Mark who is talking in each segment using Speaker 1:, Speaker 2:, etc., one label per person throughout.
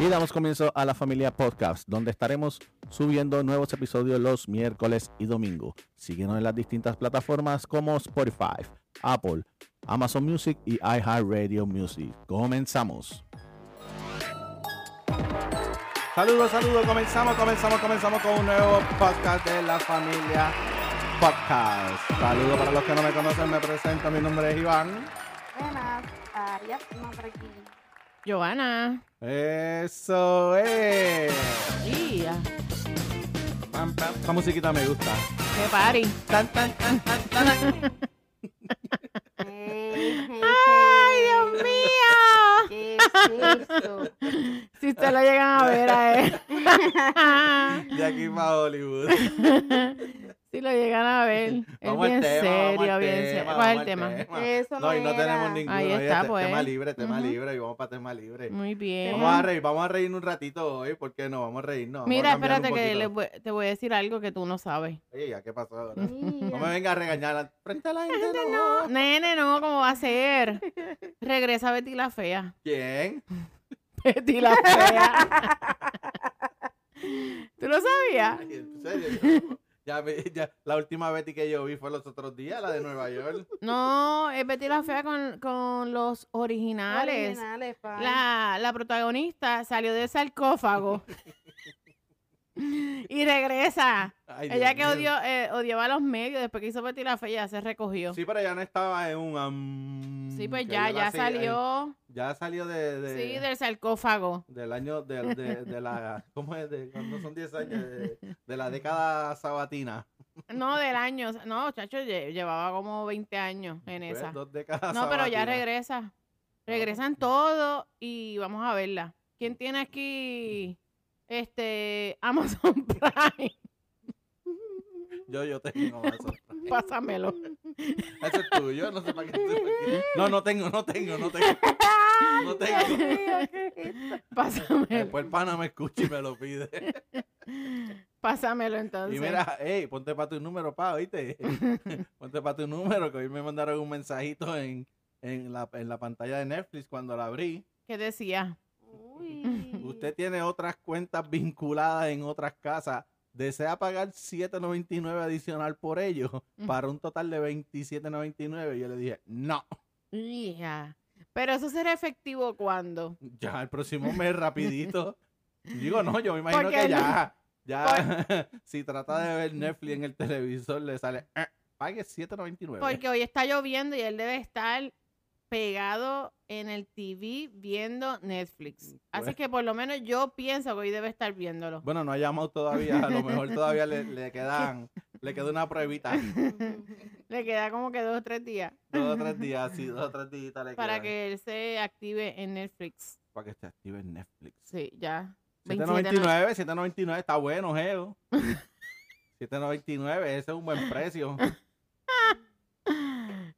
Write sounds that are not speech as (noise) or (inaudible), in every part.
Speaker 1: Y damos comienzo a la familia podcast, donde estaremos subiendo nuevos episodios los miércoles y domingo. Síguenos en las distintas plataformas como Spotify, Apple, Amazon Music y iHeartRadio Music. Comenzamos.
Speaker 2: Saludos, saludos, comenzamos, comenzamos, comenzamos con un nuevo podcast de la familia podcast. Saludos para los que no me conocen, me presento, mi nombre es Iván.
Speaker 3: Buenas, ah, ya estamos por (laughs) aquí.
Speaker 4: Joana.
Speaker 2: Eso es.
Speaker 4: Yeah.
Speaker 2: Pam, pam. Esta musiquita me gusta.
Speaker 4: Qué party.
Speaker 2: Tan, tan, tan, tan, tan.
Speaker 3: Hey, hey,
Speaker 4: ¡Ay,
Speaker 3: hey.
Speaker 4: Dios mío!
Speaker 3: ¿Qué es esto?
Speaker 4: Si ustedes lo llegan a ver a
Speaker 2: (laughs)
Speaker 4: él.
Speaker 2: De aquí para Hollywood.
Speaker 4: si lo llegan a ver. Es
Speaker 2: Vamos al
Speaker 4: bien
Speaker 2: tema, vamos
Speaker 4: serio,
Speaker 2: al
Speaker 4: bien
Speaker 2: tema,
Speaker 4: serio. ¿Cuál
Speaker 2: vamos
Speaker 4: es el
Speaker 2: al
Speaker 4: tema?
Speaker 3: Eso
Speaker 2: No, y no
Speaker 3: era.
Speaker 2: tenemos ninguno.
Speaker 4: Ahí
Speaker 2: oye,
Speaker 4: está,
Speaker 2: te-
Speaker 4: pues.
Speaker 2: Tema libre, tema
Speaker 4: Ujú.
Speaker 2: libre, y vamos para tema libre.
Speaker 4: Muy bien.
Speaker 2: Vamos a reír, vamos a reír un ratito hoy, ¿por qué no? Vamos a reírnos. vamos a
Speaker 4: Mira,
Speaker 2: cambiar un
Speaker 4: espérate que
Speaker 2: poquito.
Speaker 4: le voy- te voy a decir algo que tú no sabes.
Speaker 2: Oye, ¿ya qué pasó ahora? No me
Speaker 3: Mira.
Speaker 2: vengas a regañar frente a la gente, no.
Speaker 4: Nene, no, ¿cómo va a ser? Regresa Betty
Speaker 2: (laughs)
Speaker 4: la fea.
Speaker 2: ¿Quién?
Speaker 4: Betty la fea. (laughs) ¿Tú lo sabías?
Speaker 2: Ay, en serio, ya me- ya- la última Betty que yo vi fue los otros días, la de Nueva York.
Speaker 4: No, es Betty la fea con, con los originales.
Speaker 3: Originales, pa.
Speaker 4: La, la protagonista salió
Speaker 2: (laughs)
Speaker 4: del sarcófago y regresa.
Speaker 2: Ay, Dios
Speaker 4: Ella que
Speaker 2: mío.
Speaker 4: odió, eh, odiaba a los medios después que hizo Betty la Fea, ya se recogió. Sí,
Speaker 2: Sí, pero ya no estaba en un. am,
Speaker 4: pues
Speaker 2: que
Speaker 4: ya,
Speaker 2: yo la eh,
Speaker 4: ya
Speaker 2: sé-
Speaker 4: salió.
Speaker 2: Ya salió de. de-
Speaker 4: Sí, del sarcófago.
Speaker 2: Del año. De, de- de
Speaker 4: (laughs)
Speaker 2: la. ¿Cómo es? De, cuando son 10 años. De, de la década sabatina.
Speaker 4: No, del año. No, chacho, lle- llevaba como 20 años en
Speaker 2: Pues,
Speaker 4: esa.
Speaker 2: dos décadas
Speaker 4: No, pero ya
Speaker 2: sabatinas.
Speaker 4: regresa.
Speaker 2: pues,
Speaker 4: Regresan todos y vamos a verla. ¿Quién tiene aquí este Amazon (laughs) Prime?
Speaker 2: Yo, yo tengo eso. (laughs)
Speaker 4: Pásamelo.
Speaker 2: Eso es tuyo, no sé para qué. estoy aquí. No, no tengo, no tengo, no tengo. No tengo.
Speaker 4: Pásamelo.
Speaker 2: Después el pana me escucha y me lo
Speaker 4: (laughs)
Speaker 2: pide.
Speaker 4: Pásamelo entonces.
Speaker 2: Y mira, hey, ponte para tu número, pa,
Speaker 4: (laughs)
Speaker 2: ¿oíste? ponte para tu número, que hoy me mandaron un mensajito en, en, la, en la pantalla de Netflix cuando la abrí.
Speaker 4: ¿Qué decía?
Speaker 3: Uy.
Speaker 2: Usted
Speaker 3: (laughs)
Speaker 2: tiene otras cuentas vinculadas en otras casas. Desea pagar 7.99 adicional por ello
Speaker 4: Mm.
Speaker 2: para un total de 27.99. Yo le dije, no,
Speaker 4: Hija. Pero eso será efectivo cuando.
Speaker 2: ya el
Speaker 4: (laughs)
Speaker 2: próximo mes rapidito. Digo, no, yo me imagino
Speaker 4: Porque
Speaker 2: que
Speaker 4: no-
Speaker 2: ya, ya, (laughs) si trata de ver Netflix en el televisor, le sale, "Eh, pague 7.99.
Speaker 4: Porque hoy está lloviendo y él debe estar pegado en el TV viendo Netflix. Así
Speaker 2: Pues.
Speaker 4: que por lo menos yo pienso que hoy debe estar viéndolo.
Speaker 2: Bueno, no ha llamado todavía. A lo mejor todavía le,
Speaker 4: (laughs)
Speaker 2: le quedan, le queda una pruebita.
Speaker 4: Le queda como que dos o tres días
Speaker 2: Dos o tres días, sí, dos o tres días le
Speaker 4: para
Speaker 2: quedan.
Speaker 4: que él se active en Netflix.
Speaker 2: Para que se active en Netflix.
Speaker 4: Sí, ya. 27.99.
Speaker 2: 7.99, 7.99 está bueno,
Speaker 4: (laughs)
Speaker 2: Geo. 7.99, ese es un buen precio.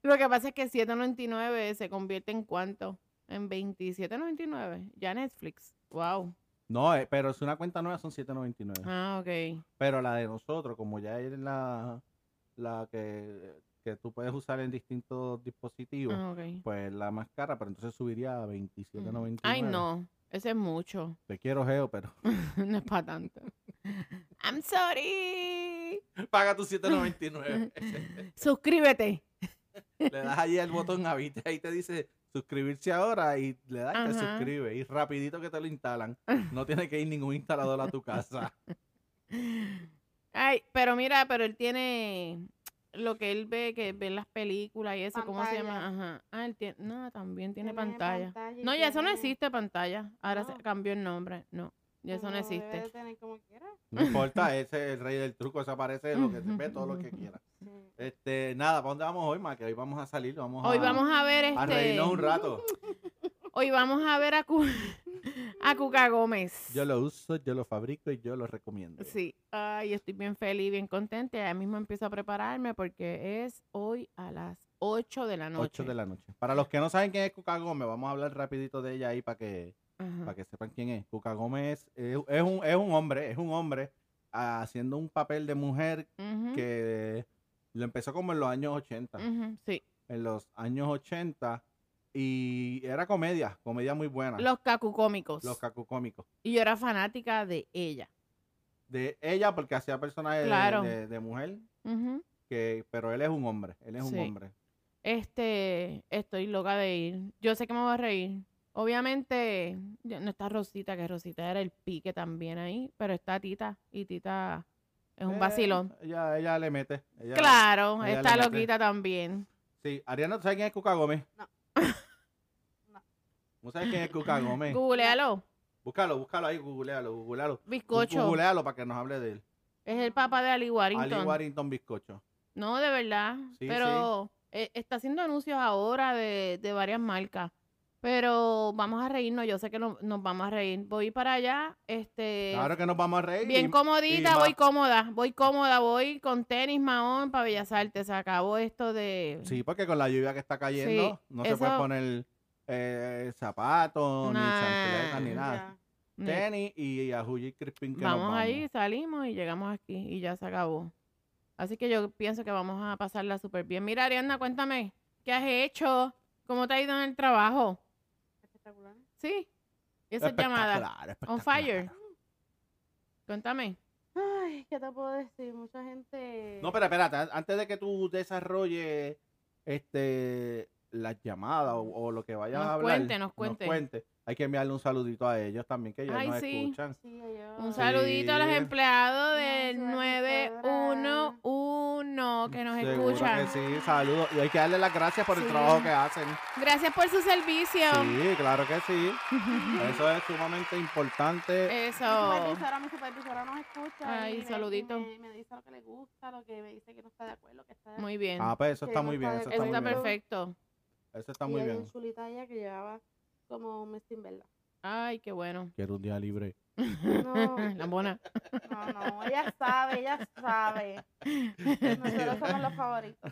Speaker 4: Lo que pasa es que 7.99 se convierte en cuánto? En 27.99. Ya Netflix. Wow.
Speaker 2: No, eh, pero es una cuenta nueva, son 7.99.
Speaker 4: Ah, ok.
Speaker 2: Pero la de nosotros, como ya es la, la que, que tú puedes usar en distintos dispositivos,
Speaker 4: Ah, ok.
Speaker 2: pues la más cara, pero entonces subiría a 27.99.
Speaker 4: Mm. Ay, no. Eso es mucho. (laughs)
Speaker 2: Te quiero, Geo, pero
Speaker 4: no es para tanto.
Speaker 2: (laughs)
Speaker 4: I'm sorry.
Speaker 2: paga tu (laughs) 7.99.
Speaker 4: Suscríbete.
Speaker 2: le das allí al botón habita ahí te dice suscribirse ahora y le das y te
Speaker 4: Ajá.
Speaker 2: suscribe y rapidito que te lo instalan.
Speaker 4: (laughs)
Speaker 2: No tiene que ir ningún instalador a tu casa.
Speaker 4: Ay, pero mira, pero él tiene lo que él ve, que ve las películas y eso, ¿cómo se llama? Ajá. Ah, él tiene, no, también tiene pantalla.
Speaker 3: pantalla y
Speaker 4: No, ya eso no
Speaker 3: tiene-
Speaker 4: existe pantalla. Ahora se
Speaker 3: No.
Speaker 4: cambió el nombre. No, ya eso no
Speaker 3: Pero debe
Speaker 4: existe.
Speaker 3: de tener como quiera.
Speaker 4: (laughs)
Speaker 2: No importa, ese es el rey del truco, ese aparece lo que se ve, todo lo que quiera.
Speaker 3: Sí.
Speaker 2: Este, nada, ¿para dónde vamos hoy, más? Que hoy vamos a salir, vamos
Speaker 4: Hoy
Speaker 2: a,
Speaker 4: vamos a ver
Speaker 2: Ah. a
Speaker 4: este.
Speaker 2: reírnos un rato.
Speaker 4: Hoy vamos a ver a, Cu- (laughs) a Cuca Gómez.
Speaker 2: Yo lo uso, yo lo fabrico y yo lo recomiendo.
Speaker 4: Sí, ay, estoy bien feliz, bien contenta. Ya mismo empiezo a prepararme porque es hoy a las 8 de la noche.
Speaker 2: 8 de la noche. Para los que no saben quién es Cuca Gómez, vamos a hablar rapidito de ella ahí para que
Speaker 4: Ajá.
Speaker 2: para que sepan quién es. Cuca Gómez es, es un, es un hombre, es un hombre ah, haciendo un papel de mujer
Speaker 4: Ujú,
Speaker 2: que lo empezó como en los años 80.
Speaker 4: ujú, Sí.
Speaker 2: En los años 80 Y era comedia, comedia muy buena.
Speaker 4: Los cacucómicos.
Speaker 2: Ah. Los cacucómicos.
Speaker 4: y yo era fanática de ella.
Speaker 2: De ella, porque hacía personajes de-
Speaker 4: Claro.
Speaker 2: de, de mujer,
Speaker 4: Ujú.
Speaker 2: que, pero él es un hombre. Él es un
Speaker 4: Sí.
Speaker 2: hombre.
Speaker 4: Este, estoy loca de ir. Yo sé que me voy a reír. Obviamente, ya no está Rosita, que Rosita era el pique también ahí, pero está Tita, y Tita es un
Speaker 2: Eh,
Speaker 4: vacilón.
Speaker 2: Ella, ella le mete. ella-
Speaker 4: claro,
Speaker 2: ella le
Speaker 4: está
Speaker 2: mete.
Speaker 4: loquita también.
Speaker 2: Sí, Ariana, ¿tú sabes quién es Cuca Gómez?
Speaker 3: No. No.
Speaker 2: (laughs) ¿No sabes quién es Cuca Gómez?
Speaker 4: Googlealo,
Speaker 2: Búscalo, búscalo ahí, googlealo, googlealo.
Speaker 4: bizcocho.
Speaker 2: Googlealo para que nos hable de él.
Speaker 4: Es el papá de Ali Warrington.
Speaker 2: Ali Warrington Bizcocho.
Speaker 4: No, de verdad.
Speaker 2: Sí,
Speaker 4: pero eh, está haciendo anuncios ahora de, de varias marcas. Pero vamos a reírnos, yo sé que no- nos vamos a reír. Voy para allá, este
Speaker 2: Claro que nos vamos a reír.
Speaker 4: bien
Speaker 2: y-
Speaker 4: comodita,
Speaker 2: ma-
Speaker 4: voy cómoda, voy cómoda, voy con tenis, maón, para Bellas Artes. Se acabó esto de
Speaker 2: Sí, porque con la lluvia que está cayendo,
Speaker 4: Sí,
Speaker 2: no se puede
Speaker 4: eso-
Speaker 2: poner eh, zapatos,
Speaker 4: Nah.
Speaker 2: ni chancletas, Ah, ni nada.
Speaker 3: Ya.
Speaker 4: Ni-
Speaker 2: Tenis y a Julio Crispin que nos
Speaker 4: Vamos ahí, salimos y llegamos aquí y ya se acabó. Así que yo pienso que vamos a pasarla súper bien. Mira, Ariana, cuéntame, ¿qué has hecho? ¿Cómo te ha ido en el trabajo?
Speaker 3: Espectacular.
Speaker 4: Sí. Y Esa llamada.
Speaker 2: Espectacular,
Speaker 4: On
Speaker 2: espectacular.
Speaker 4: fire. Cuéntame.
Speaker 3: Ay, ¿qué te puedo decir? Mucha gente.
Speaker 2: No, pero espérate, an- antes de que tú desarrolles este, las llamadas o, o lo que vayas
Speaker 4: Nos
Speaker 2: a hablar.
Speaker 4: cuente, nos cuente.
Speaker 2: Hay que enviarle un saludito a ellos también, que ellos
Speaker 4: Ay,
Speaker 2: nos
Speaker 4: sí.
Speaker 2: escuchan.
Speaker 3: Sí, allá.
Speaker 4: Un saludito a los
Speaker 2: Sí.
Speaker 4: empleados
Speaker 3: Ay,
Speaker 4: del
Speaker 3: sí, me
Speaker 4: 911 que nos
Speaker 2: Seguro
Speaker 4: escuchan.
Speaker 2: que sí, saludos. Y hay que darle las gracias por el
Speaker 4: Sí.
Speaker 2: trabajo que hacen.
Speaker 4: Gracias por su servicio.
Speaker 2: Sí, claro que
Speaker 4: (laughs)
Speaker 2: sí. Eso es sumamente importante.
Speaker 3: Mi
Speaker 4: Eso.
Speaker 3: supervisora, mi supervisora nos escucha.
Speaker 4: Ay,
Speaker 3: y me- y
Speaker 4: saludito.
Speaker 3: Me, me dice lo que le gusta, lo que me dice que no está de acuerdo, que está de
Speaker 4: Muy bien.
Speaker 2: Ah, pues eso
Speaker 3: que
Speaker 2: está
Speaker 3: no
Speaker 2: muy bien.
Speaker 3: está
Speaker 2: Eso
Speaker 3: de
Speaker 4: Eso
Speaker 2: está
Speaker 4: está
Speaker 2: muy bien.
Speaker 4: perfecto.
Speaker 2: Eso está
Speaker 3: y
Speaker 2: muy
Speaker 3: hay
Speaker 2: bien.
Speaker 3: un chulita allá que llevaba como un mes sin verla.
Speaker 4: Ay, qué bueno.
Speaker 1: Quiero un día libre.
Speaker 3: No,
Speaker 4: (laughs) La buena.
Speaker 3: no, no, ella sabe, ella
Speaker 2: (laughs)
Speaker 3: sabe. (laughs) Nosotros somos los favoritos.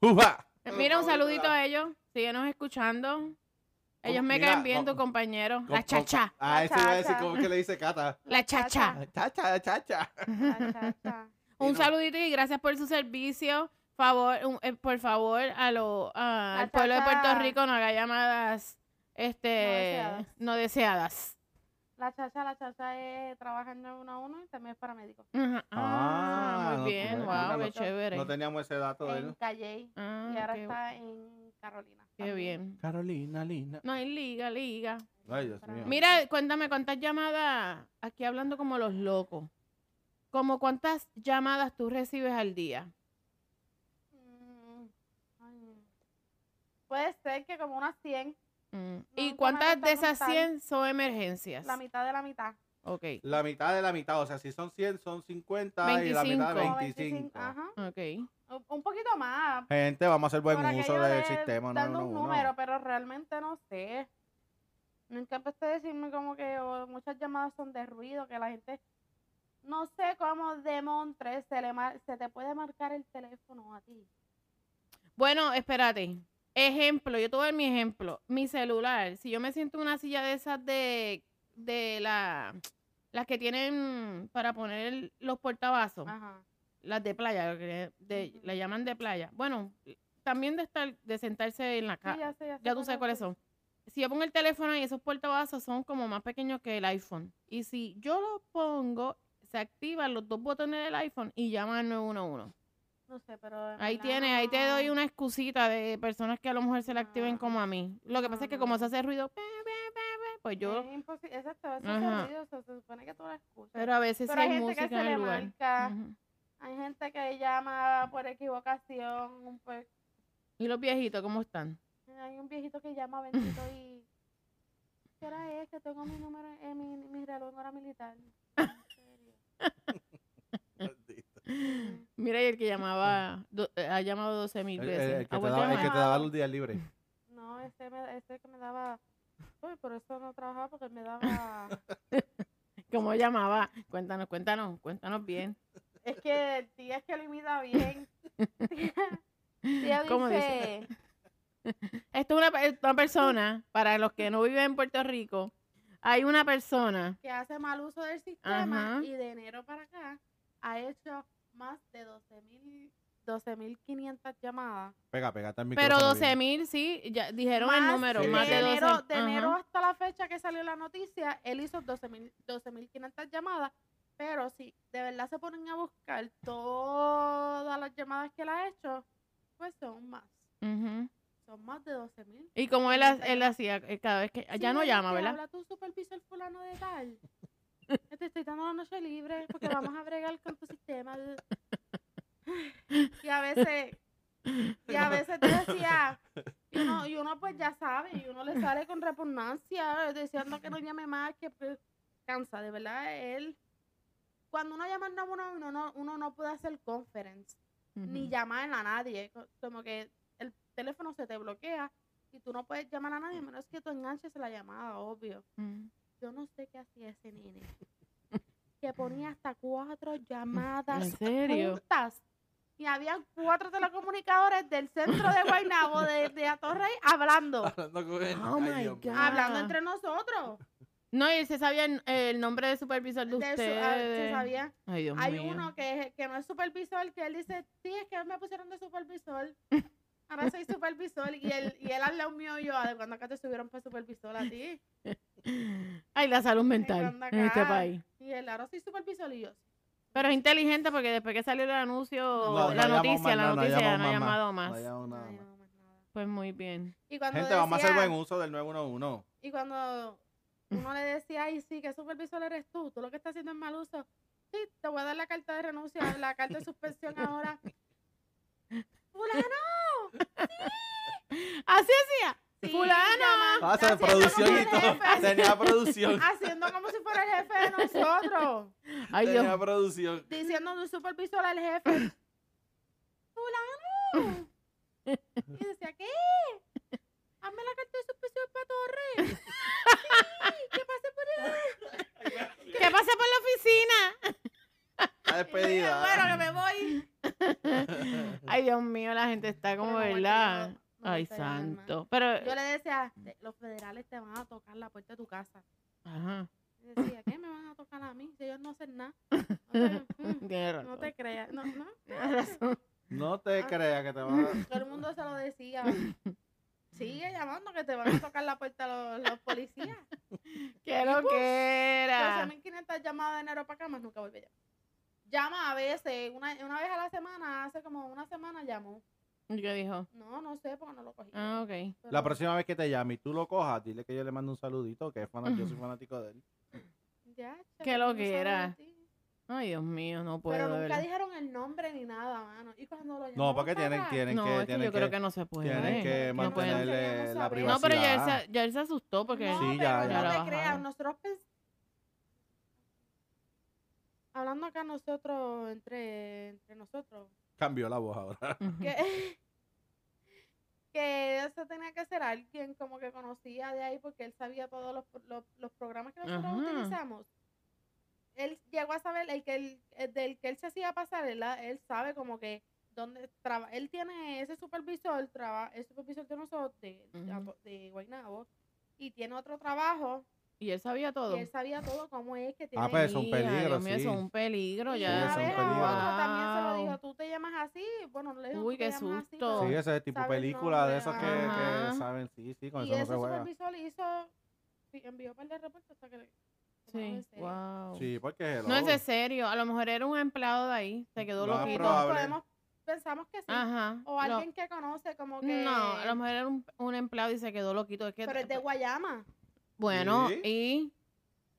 Speaker 2: ¡Ufa!
Speaker 4: (laughs) Mira, un saludito a ellos. Síguenos escuchando. Ellos me
Speaker 2: Mira,
Speaker 4: caen bien,
Speaker 2: con-
Speaker 4: tus compañeros.
Speaker 2: con-
Speaker 4: La chacha.
Speaker 2: Ah, eso iba a decir,
Speaker 3: Chacha.
Speaker 2: ¿cómo es que le dice Cata?
Speaker 4: La chacha.
Speaker 2: Chacha, chacha.
Speaker 3: Cha, cha, cha.
Speaker 4: Un
Speaker 2: no.
Speaker 4: saludito y gracias por su servicio. Favor, un- eh, por favor, a lo, a-
Speaker 3: Cha,
Speaker 4: al pueblo de
Speaker 3: cha,
Speaker 4: Puerto
Speaker 3: cha.
Speaker 4: Rico no haga llamadas este,
Speaker 3: No deseadas.
Speaker 4: no deseadas.
Speaker 3: La chacha, la chacha es, trabaja en 911 y también es paramédico.
Speaker 4: Ajá.
Speaker 2: Ah,
Speaker 4: Ah, muy
Speaker 2: no,
Speaker 4: bien,
Speaker 2: mira,
Speaker 4: wow,
Speaker 2: mira,
Speaker 4: qué chévere.
Speaker 2: No teníamos ese dato de
Speaker 3: En
Speaker 2: él.
Speaker 3: Calle.
Speaker 4: Ah,
Speaker 3: Y ahora
Speaker 4: qué,
Speaker 3: está en Carolina.
Speaker 4: qué
Speaker 3: también.
Speaker 4: bien.
Speaker 2: Carolina, Lina.
Speaker 4: No hay liga, liga.
Speaker 2: Ay, Dios mío.
Speaker 4: Mira, cuéntame cuántas llamadas, aquí hablando como los locos, como cuántas llamadas tú recibes al día.
Speaker 3: Mm, ay. Puede ser que como unas 100,
Speaker 4: Mm. ¿Y
Speaker 3: Nunca me
Speaker 4: cuántas
Speaker 3: gusta
Speaker 4: de esas
Speaker 3: contar.
Speaker 4: 100 son emergencias?
Speaker 3: la mitad de la mitad.
Speaker 4: Ok,
Speaker 2: La mitad de la mitad, o sea, si son 100, son 50 y la mitad
Speaker 4: Como
Speaker 3: Como
Speaker 2: 25.
Speaker 3: Ajá.
Speaker 4: ok.
Speaker 3: Un- Un poquito más.
Speaker 2: Gente, vamos a hacer buen
Speaker 3: por
Speaker 2: uso
Speaker 3: aquello
Speaker 2: del
Speaker 3: de
Speaker 2: sistema. No,
Speaker 3: dar
Speaker 2: no,
Speaker 3: un
Speaker 2: no. (laughs)
Speaker 3: número, pero realmente no sé. Nunca empecé a decirme como que oh, muchas llamadas son de ruido, que la gente... No sé cómo de Montres se, le mar- se te puede marcar el teléfono a ti.
Speaker 4: Bueno, espérate. Ejemplo, yo te voy a dar mi ejemplo. Mi celular, si yo me siento en una silla de esas de, de la, las que tienen para poner el- los portavasos,
Speaker 3: Ajá.
Speaker 4: las de playa, lo que de-
Speaker 3: Ah. Ujú.
Speaker 4: la llaman de playa. Bueno, también de estar, de sentarse en la
Speaker 3: Sí,
Speaker 4: casa.
Speaker 3: ya, sé, ya, sé
Speaker 4: Ah, Ya tú sabes cuáles son. Si yo pongo el teléfono y esos portavasos son como más pequeños que el iPhone. Y si yo lo pongo, se activan los dos botones del iPhone y llama al 911.
Speaker 3: No sé, pero... en
Speaker 4: Ahí
Speaker 3: verdad
Speaker 4: tienes, ahí te doy
Speaker 3: no.
Speaker 4: una excusita de personas que a lo mejor se la activen
Speaker 3: Ah.
Speaker 4: como a mí. Lo que pasa es que como se hace ruido, pe, pe, pe, pe, pues yo...
Speaker 3: Es imposible. Exacto, eso
Speaker 4: Ajá.
Speaker 3: es ruido, eso se supone que tú lo escuchas.
Speaker 4: Pero a veces
Speaker 3: pero
Speaker 4: hay,
Speaker 3: hay gente
Speaker 4: música
Speaker 3: que se
Speaker 4: en el
Speaker 3: le
Speaker 4: lugar.
Speaker 3: marca.
Speaker 4: Ujú.
Speaker 3: Hay gente que llama por equivocación. Pues,
Speaker 4: ¿Y los viejitos cómo están?
Speaker 3: hay un viejito que llama bendito y... ¿Qué hora es? Que tengo mi número, en mi, mi reloj en hora militar. En serio.
Speaker 4: Mira, y el que llamaba, do- eh, ha llamado 12 mil
Speaker 2: El,
Speaker 4: veces. Ah, pues,
Speaker 2: el- el que te
Speaker 4: ¿Ha vuelto a
Speaker 2: daba, el que
Speaker 4: llamar?
Speaker 2: te daba los días libres.
Speaker 3: No, ese, me, ese que me daba... Uy, por eso no trabajaba, porque me daba...
Speaker 4: ¿Cómo llamaba? Cuéntanos, cuéntanos, cuéntanos bien.
Speaker 3: Es que tía es que lo imita bien. Tía
Speaker 4: (laughs) ¿Cómo
Speaker 3: dice...
Speaker 4: Esto es una, pe- una persona, para los que no viven en Puerto Rico, hay una persona.
Speaker 3: que hace mal uso del sistema
Speaker 4: Ajá.
Speaker 3: y de enero para acá ha hecho más de 12 mil 12.500 llamadas.
Speaker 2: Pega, pegate al
Speaker 4: Pero
Speaker 2: micrófono. bien.
Speaker 4: 12.000, sí, ya dijeron el número,
Speaker 2: sí,
Speaker 4: más
Speaker 2: sí.
Speaker 4: de 12.
Speaker 3: enero, de
Speaker 4: ajá.
Speaker 3: enero hasta la fecha que salió la noticia, él hizo 12.000 12.500 llamadas. Pero si de verdad se ponen a buscar todas las llamadas que él ha hecho, pues son más.
Speaker 4: Ujú.
Speaker 3: Son más de 12.000.
Speaker 4: Y como él, ha- él hacía, eh, cada vez que, ya
Speaker 3: Sí,
Speaker 4: no
Speaker 3: oye,
Speaker 4: llama,
Speaker 3: te
Speaker 4: (laughs) ¿verdad?
Speaker 3: Habla tu supervisor fulano de tal. que Te estoy dando la noche libre porque vamos a bregar con tu sistema.
Speaker 4: (laughs)
Speaker 3: Y a veces, y a veces te decía, y uno, y uno pues ya sabe, y uno le sale con repugnancia, diciendo que no llame más, que pues, cansa, de verdad, él. Cuando uno llama al 911, uno no, uno no puede hacer conference ni
Speaker 4: Ujú.
Speaker 3: llamar a nadie. co- Como que el teléfono se te bloquea y tú no puedes llamar a nadie, a menos que tú enganches la llamada, obvio.
Speaker 4: Ujú.
Speaker 3: Yo no sé qué hacía ese nene. Que ponía hasta cuatro
Speaker 4: ¿En
Speaker 3: llamadas
Speaker 4: serio?
Speaker 3: juntas. Y había cuatro telecomunicadores del centro de Guaynabo, de, de Atorrey,
Speaker 2: (laughs)
Speaker 3: hablando.
Speaker 2: Hablando con él.
Speaker 4: Oh
Speaker 2: Ay,
Speaker 4: my
Speaker 2: Dios mío.
Speaker 4: God.
Speaker 3: Hablando
Speaker 4: Ah.
Speaker 3: entre nosotros.
Speaker 4: No, y se sabía el, el nombre del supervisor de,
Speaker 3: De
Speaker 4: ustedes.
Speaker 3: su- ah, se sabía.
Speaker 4: Ay, Dios
Speaker 3: Hay
Speaker 4: mío. (laughs)
Speaker 3: uno que, es- que no es supervisor, que él dice, sí, es que me pusieron de supervisor. Ahora soy supervisor. Y él, y él habla un mío y yo, "Ah, ¿de cuándo acá te subieron para supervisor a ti?
Speaker 4: Ay, la salud mental
Speaker 3: cuando
Speaker 4: en este
Speaker 3: acá-
Speaker 4: país.
Speaker 3: Y él, ahora soy supervisor y yo.
Speaker 4: Pero es inteligente porque después que salió el anuncio,
Speaker 3: No, no
Speaker 4: la
Speaker 2: ha llamado
Speaker 4: noticia,
Speaker 2: más
Speaker 4: la
Speaker 2: nada, no ha
Speaker 4: noticia ya
Speaker 2: llamado
Speaker 4: no ha
Speaker 2: más nada.
Speaker 4: llamado
Speaker 2: No
Speaker 4: más.
Speaker 2: ha llamado
Speaker 3: "No,
Speaker 2: nada
Speaker 3: yo
Speaker 2: más.
Speaker 3: no más nada".
Speaker 4: Pues muy bien.
Speaker 3: Y cuando
Speaker 2: Gente, vamos a hacer
Speaker 3: decía-
Speaker 2: buen uso del 911.
Speaker 3: Y cuando uno le decía, ay, sí, ¿qué supervisor eres tú? Tú lo que estás haciendo es mal uso. Sí, te voy a dar la carta de renuncia, la carta de suspensión
Speaker 4: (laughs)
Speaker 3: ahora. Fulano,
Speaker 4: Así
Speaker 2: (laughs)
Speaker 4: hacía.
Speaker 3: sí,
Speaker 4: Fulano.
Speaker 3: llamando,
Speaker 2: Ah, se
Speaker 3: haciendo
Speaker 2: producción
Speaker 3: como
Speaker 2: y
Speaker 3: el
Speaker 2: todo. (laughs)
Speaker 3: jefe.
Speaker 2: Tenía producción.
Speaker 3: haciendo como si fuera el jefe de nosotros,
Speaker 4: Ay, Dios.
Speaker 2: Tenía producción.
Speaker 3: diciendo un supervisor al jefe. ¡Fulano! Y decía, ¿qué? Hazme la carta de suspensión para Torres. Sí, que pase por
Speaker 4: ¿Qué pasa por la oficina?
Speaker 2: La
Speaker 3: ahí.
Speaker 2: despedida.
Speaker 3: Bueno, que me voy.
Speaker 2: (laughs)
Speaker 4: Ay, Dios mío, la gente está como,
Speaker 3: Pero no aguanto,
Speaker 4: ¿verdad?
Speaker 3: yo no- no
Speaker 4: Ay,
Speaker 3: aguanto ya, alma.
Speaker 4: santo. Pero,
Speaker 3: Yo le decía,
Speaker 4: Mm.
Speaker 3: "Te- los federales te van a tocar la puerta de tu casa. (laughs)
Speaker 4: ajá,
Speaker 3: Y decía, ¿qué me van a tocar a mí? Si ellos no hacen nada. No
Speaker 4: (laughs)
Speaker 3: te, mm,
Speaker 4: tienes razón. (laughs)
Speaker 3: no te creas. No, no.
Speaker 4: Tienes razón.
Speaker 2: No te creas que te van a...
Speaker 3: Todo el mundo se lo decía. Sigue llamando que te van a tocar la puerta los, los policías.
Speaker 4: (laughs) ¿Qué
Speaker 3: pues,
Speaker 4: lo que era?
Speaker 3: 12.500 llamadas de enero para acá, más nunca volví a llamar. Llama a veces, una, una vez a la semana, hace como una semana llamó.
Speaker 4: ¿Y ¿Qué dijo?
Speaker 3: No, no sé, porque no lo cogí.
Speaker 4: Ah, ok.
Speaker 3: Pero-
Speaker 2: La próxima vez que te llame y tú lo cojas, dile que yo le mando un saludito, que es fana- yo soy fanático de él.
Speaker 3: Ya, che,
Speaker 4: Qué
Speaker 3: no sabe
Speaker 4: loquera.
Speaker 3: de ti.
Speaker 4: Ay, Dios mío, no puedo.
Speaker 3: Pero
Speaker 4: de
Speaker 3: nunca
Speaker 4: verdad.
Speaker 3: dijeron el nombre ni nada, mano. Y cuando lo
Speaker 2: No,
Speaker 3: llamaron
Speaker 2: porque
Speaker 3: para
Speaker 2: tienen,
Speaker 3: acá,
Speaker 2: tienen
Speaker 4: no,
Speaker 2: que...
Speaker 4: es que
Speaker 2: Tienen
Speaker 4: yo creo
Speaker 2: que-
Speaker 4: que no se puede.
Speaker 2: Tienen que
Speaker 4: que no pueden.
Speaker 2: mantenerle
Speaker 3: queríamos
Speaker 2: la
Speaker 3: saber.
Speaker 2: privacidad.
Speaker 4: No, pero ya él, se, ya él se asustó porque...
Speaker 3: No,
Speaker 2: Sí, ya, ya.
Speaker 3: pero
Speaker 4: Ya
Speaker 3: no
Speaker 4: la
Speaker 3: te
Speaker 4: bajaron.
Speaker 3: creas, nosotros pens- Hablando acá nosotros, entre, entre nosotros,
Speaker 2: Cambió la voz ahora.
Speaker 4: Ujú.
Speaker 3: que, (laughs) que eso tenía que ser alguien como que conocía de ahí porque él sabía todos los, pro- los, los programas que nosotros
Speaker 4: Ajá.
Speaker 3: utilizamos. Él llegó a saber, el que él, el del que él se hacía pasar, él, él sabe como que donde traba, él tiene ese supervisor, traba, el supervisor de nosotros, de, de
Speaker 4: Ujú.
Speaker 3: Apo- de Guaynabo, y tiene otro trabajo,
Speaker 4: (laughs) Y él sabía todo.
Speaker 3: y él sabía todo cómo es que tiene
Speaker 2: Ah, pues es un
Speaker 4: Mira,
Speaker 2: peligro,
Speaker 4: Dios mío, eso es
Speaker 2: sí.
Speaker 4: un peligro
Speaker 3: Y
Speaker 4: ya.
Speaker 3: Una
Speaker 2: Sí,
Speaker 3: vez
Speaker 2: son
Speaker 3: a
Speaker 2: peligros.
Speaker 3: otro también se lo
Speaker 4: Wow.
Speaker 3: dijo, tú te llamas así. Bueno, no le dijo,
Speaker 4: Uy,
Speaker 3: "Tú te
Speaker 4: qué
Speaker 3: llamas así",
Speaker 4: susto.
Speaker 3: pero-
Speaker 2: Sí, ese es tipo
Speaker 3: Sabe el
Speaker 2: película de
Speaker 3: nombre,
Speaker 2: esas que,
Speaker 4: ajá.
Speaker 2: que saben, sí, sí, con
Speaker 3: y
Speaker 2: eso no
Speaker 3: ese
Speaker 2: se juega.
Speaker 3: supervisor hizo, sí, envió para el reporte hasta que le tomaron en
Speaker 4: Sí,
Speaker 3: serio.
Speaker 4: wow.
Speaker 2: Sí, porque hello.
Speaker 4: No es en serio, a lo mejor era un empleado de ahí, se quedó
Speaker 2: Lo más
Speaker 4: loquito.
Speaker 2: probable.
Speaker 3: Podemos- pensamos que sí.
Speaker 4: Ajá.
Speaker 3: O
Speaker 4: lo-
Speaker 3: alguien que conoce como que...
Speaker 4: No, a lo mejor era un, un empleado y se quedó loquito. Es que,
Speaker 3: Pero es de Guayama.
Speaker 4: bueno,
Speaker 2: Sí.
Speaker 4: y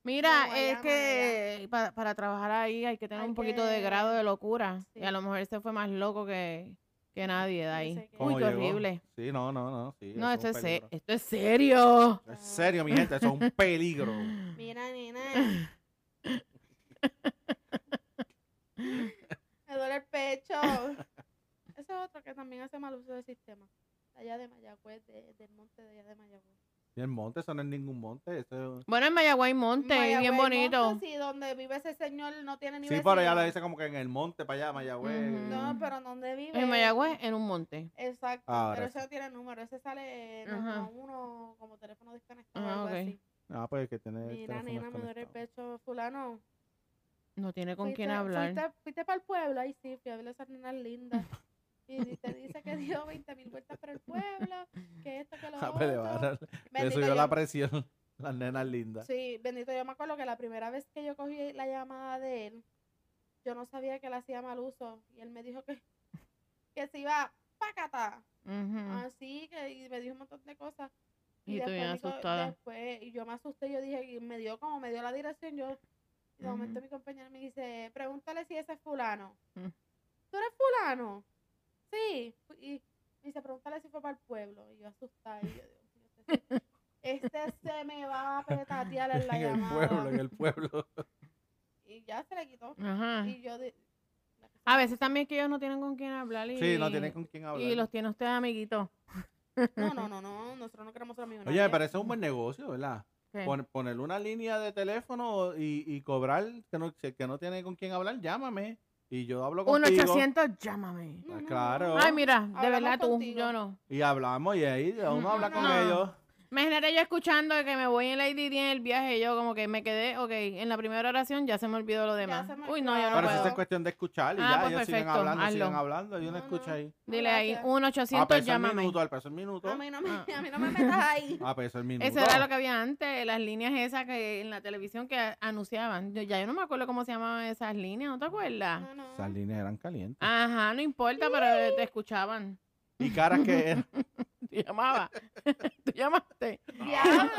Speaker 4: mira,
Speaker 3: De Guayama,
Speaker 4: es que pa- para, trabajar ahí hay que tener
Speaker 3: Hay
Speaker 4: un poquito de
Speaker 3: que-
Speaker 4: grado de locura.
Speaker 3: sí.
Speaker 4: Y a lo mejor se fue más loco que, que nadie de
Speaker 3: No
Speaker 4: ahí.
Speaker 3: sé qué.
Speaker 2: ¿Cómo
Speaker 4: Uy, qué
Speaker 2: llegó?
Speaker 4: horrible.
Speaker 2: Sí, no, no, no. Sí,
Speaker 4: No,
Speaker 2: eso
Speaker 4: esto
Speaker 2: es
Speaker 4: es,
Speaker 2: un
Speaker 4: se-
Speaker 2: peligro.
Speaker 4: esto es serio.
Speaker 2: En serio, mi gente, eso es un
Speaker 4: (laughs)
Speaker 2: peligro.
Speaker 3: Mira,
Speaker 2: (laughs)
Speaker 3: nena. Me duele el pecho. Ese es otro que también hace mal uso del sistema. De allá de Mayagüez, de- del monte de allá de Mayagüez.
Speaker 2: Y el monte, eso no es ningún monte. Eso... es-
Speaker 4: Bueno, en Mayagüey Monte,
Speaker 3: Mayagüez
Speaker 4: bien
Speaker 3: Monte,
Speaker 4: bonito.
Speaker 3: sí, donde vive ese señor no tiene ni
Speaker 2: Sí, pero ella
Speaker 3: vecino.
Speaker 2: lo dice como que en el monte, para allá, Mayagüez.
Speaker 4: Ujú.
Speaker 3: No, pero donde vive.
Speaker 4: En Mayagüez, en un monte.
Speaker 3: Exacto.
Speaker 2: Ahora
Speaker 3: pero
Speaker 2: sí.
Speaker 3: ese no tiene número. Ese sale no,
Speaker 4: Ajá.
Speaker 3: como uno como teléfono desconectado.
Speaker 4: Ah,
Speaker 3: algo
Speaker 4: ok.
Speaker 3: así.
Speaker 2: Ah, pues que tiene. el
Speaker 3: Mira,
Speaker 2: teléfono
Speaker 3: nena, me duele el
Speaker 2: desconectado.
Speaker 3: pecho, fulano.
Speaker 4: No tiene con
Speaker 3: fuiste-
Speaker 4: quién hablar.
Speaker 2: (laughs)
Speaker 3: Fuiste, fuiste para el pueblo, ahí sí, fui a ver a esas nenas lindas. Y di- te dice que dio 20 mil vueltas por el pueblo, que esto, que lo
Speaker 2: (laughs) (laughs) Ah,
Speaker 3: otro.
Speaker 2: pues le va a dar- le
Speaker 3: Bendito
Speaker 2: subió
Speaker 3: yo-
Speaker 2: la presión. (laughs) Las nenas lindas.
Speaker 3: Sí, bendito, yo me acuerdo que la primera vez que yo cogí la llamada de él, yo no sabía que él hacía mal uso. Y él me dijo que, que se iba pacata.
Speaker 4: Ujú.
Speaker 3: Así que y me dijo un montón de cosas.
Speaker 4: Y tú bien
Speaker 3: mi co-
Speaker 4: asustada.
Speaker 3: después- y yo me asusté, yo dije, y me dio como me dio la dirección, yo. Y de momento
Speaker 4: Ujú.
Speaker 3: mi compañero me dice, pregúntale si ese es fulano.
Speaker 4: Mm.
Speaker 3: ¿Tú eres fulano? Sí. Fu- Y me dice, pregúntale si fue para el pueblo. Y yo asustada, y yo, Dios mío, este se- este se me va a petatear en la
Speaker 2: (laughs) En el
Speaker 3: llamada.
Speaker 2: pueblo, en el pueblo.
Speaker 3: Y ya se le quitó.
Speaker 4: Ajá.
Speaker 3: Y yo de-
Speaker 4: Ah. A veces también que ellos no tienen con quién hablar y,
Speaker 2: Sí, no tienen con quién hablar.
Speaker 4: y los tiene usted amiguito.
Speaker 3: No, no, no, no, nosotros no queremos ser amigos. de
Speaker 2: Oye, me
Speaker 3: nadie.
Speaker 2: parece un buen negocio, ¿verdad?
Speaker 4: ¿Qué?
Speaker 2: Pon- poner una línea de teléfono y, y cobrar, que no, si el que no tiene con quién hablar, llámame. Y yo hablo contigo.
Speaker 4: 1-800, llámame.
Speaker 3: No, no, no,
Speaker 2: Claro.
Speaker 3: no.
Speaker 4: Ay, mira, de
Speaker 3: Hablamos
Speaker 4: verdad tú,
Speaker 3: contigo.
Speaker 4: yo no.
Speaker 2: Y hablamos y ahí uno
Speaker 4: No,
Speaker 2: habla
Speaker 3: no,
Speaker 2: con
Speaker 4: no.
Speaker 2: ellos.
Speaker 4: Imagínate yo escuchando que me voy en la IDD en el viaje y yo como que me quedé, ok, en la primera oración ya se me olvidó lo demás.
Speaker 3: se me
Speaker 4: Uy, no, ya no
Speaker 2: Pero
Speaker 3: olvidó.
Speaker 2: eso es
Speaker 4: puedo.
Speaker 2: cuestión de escuchar y
Speaker 4: Ah,
Speaker 2: ya,
Speaker 4: pues
Speaker 2: ellos siguen
Speaker 4: perfecto,
Speaker 2: hablando, siguen
Speaker 4: hazlo.
Speaker 2: hablando y uno
Speaker 3: No, no.
Speaker 2: escucha ahí.
Speaker 4: Dile ahí,
Speaker 3: Gracias.
Speaker 2: A
Speaker 4: 1-800,
Speaker 2: peso el
Speaker 4: llámame.
Speaker 2: minuto, al peso el minuto.
Speaker 3: A mí no me,
Speaker 4: Ah.
Speaker 3: a mí no me metas ahí.
Speaker 2: A peso el minuto.
Speaker 4: Eso era lo que había antes, las líneas esas que en la televisión que a- anunciaban. Yo, ya yo no me acuerdo cómo se llamaban esas líneas, ¿no te
Speaker 2: Ah.
Speaker 4: acuerdas?
Speaker 3: No, no.
Speaker 2: Esas líneas eran calientes.
Speaker 4: Ajá, no importa, pero te escuchaban. (laughs)
Speaker 2: Y caras que eran. (laughs)
Speaker 4: Tú (laughs) llamabas. Tú llamaste.
Speaker 3: Diablo,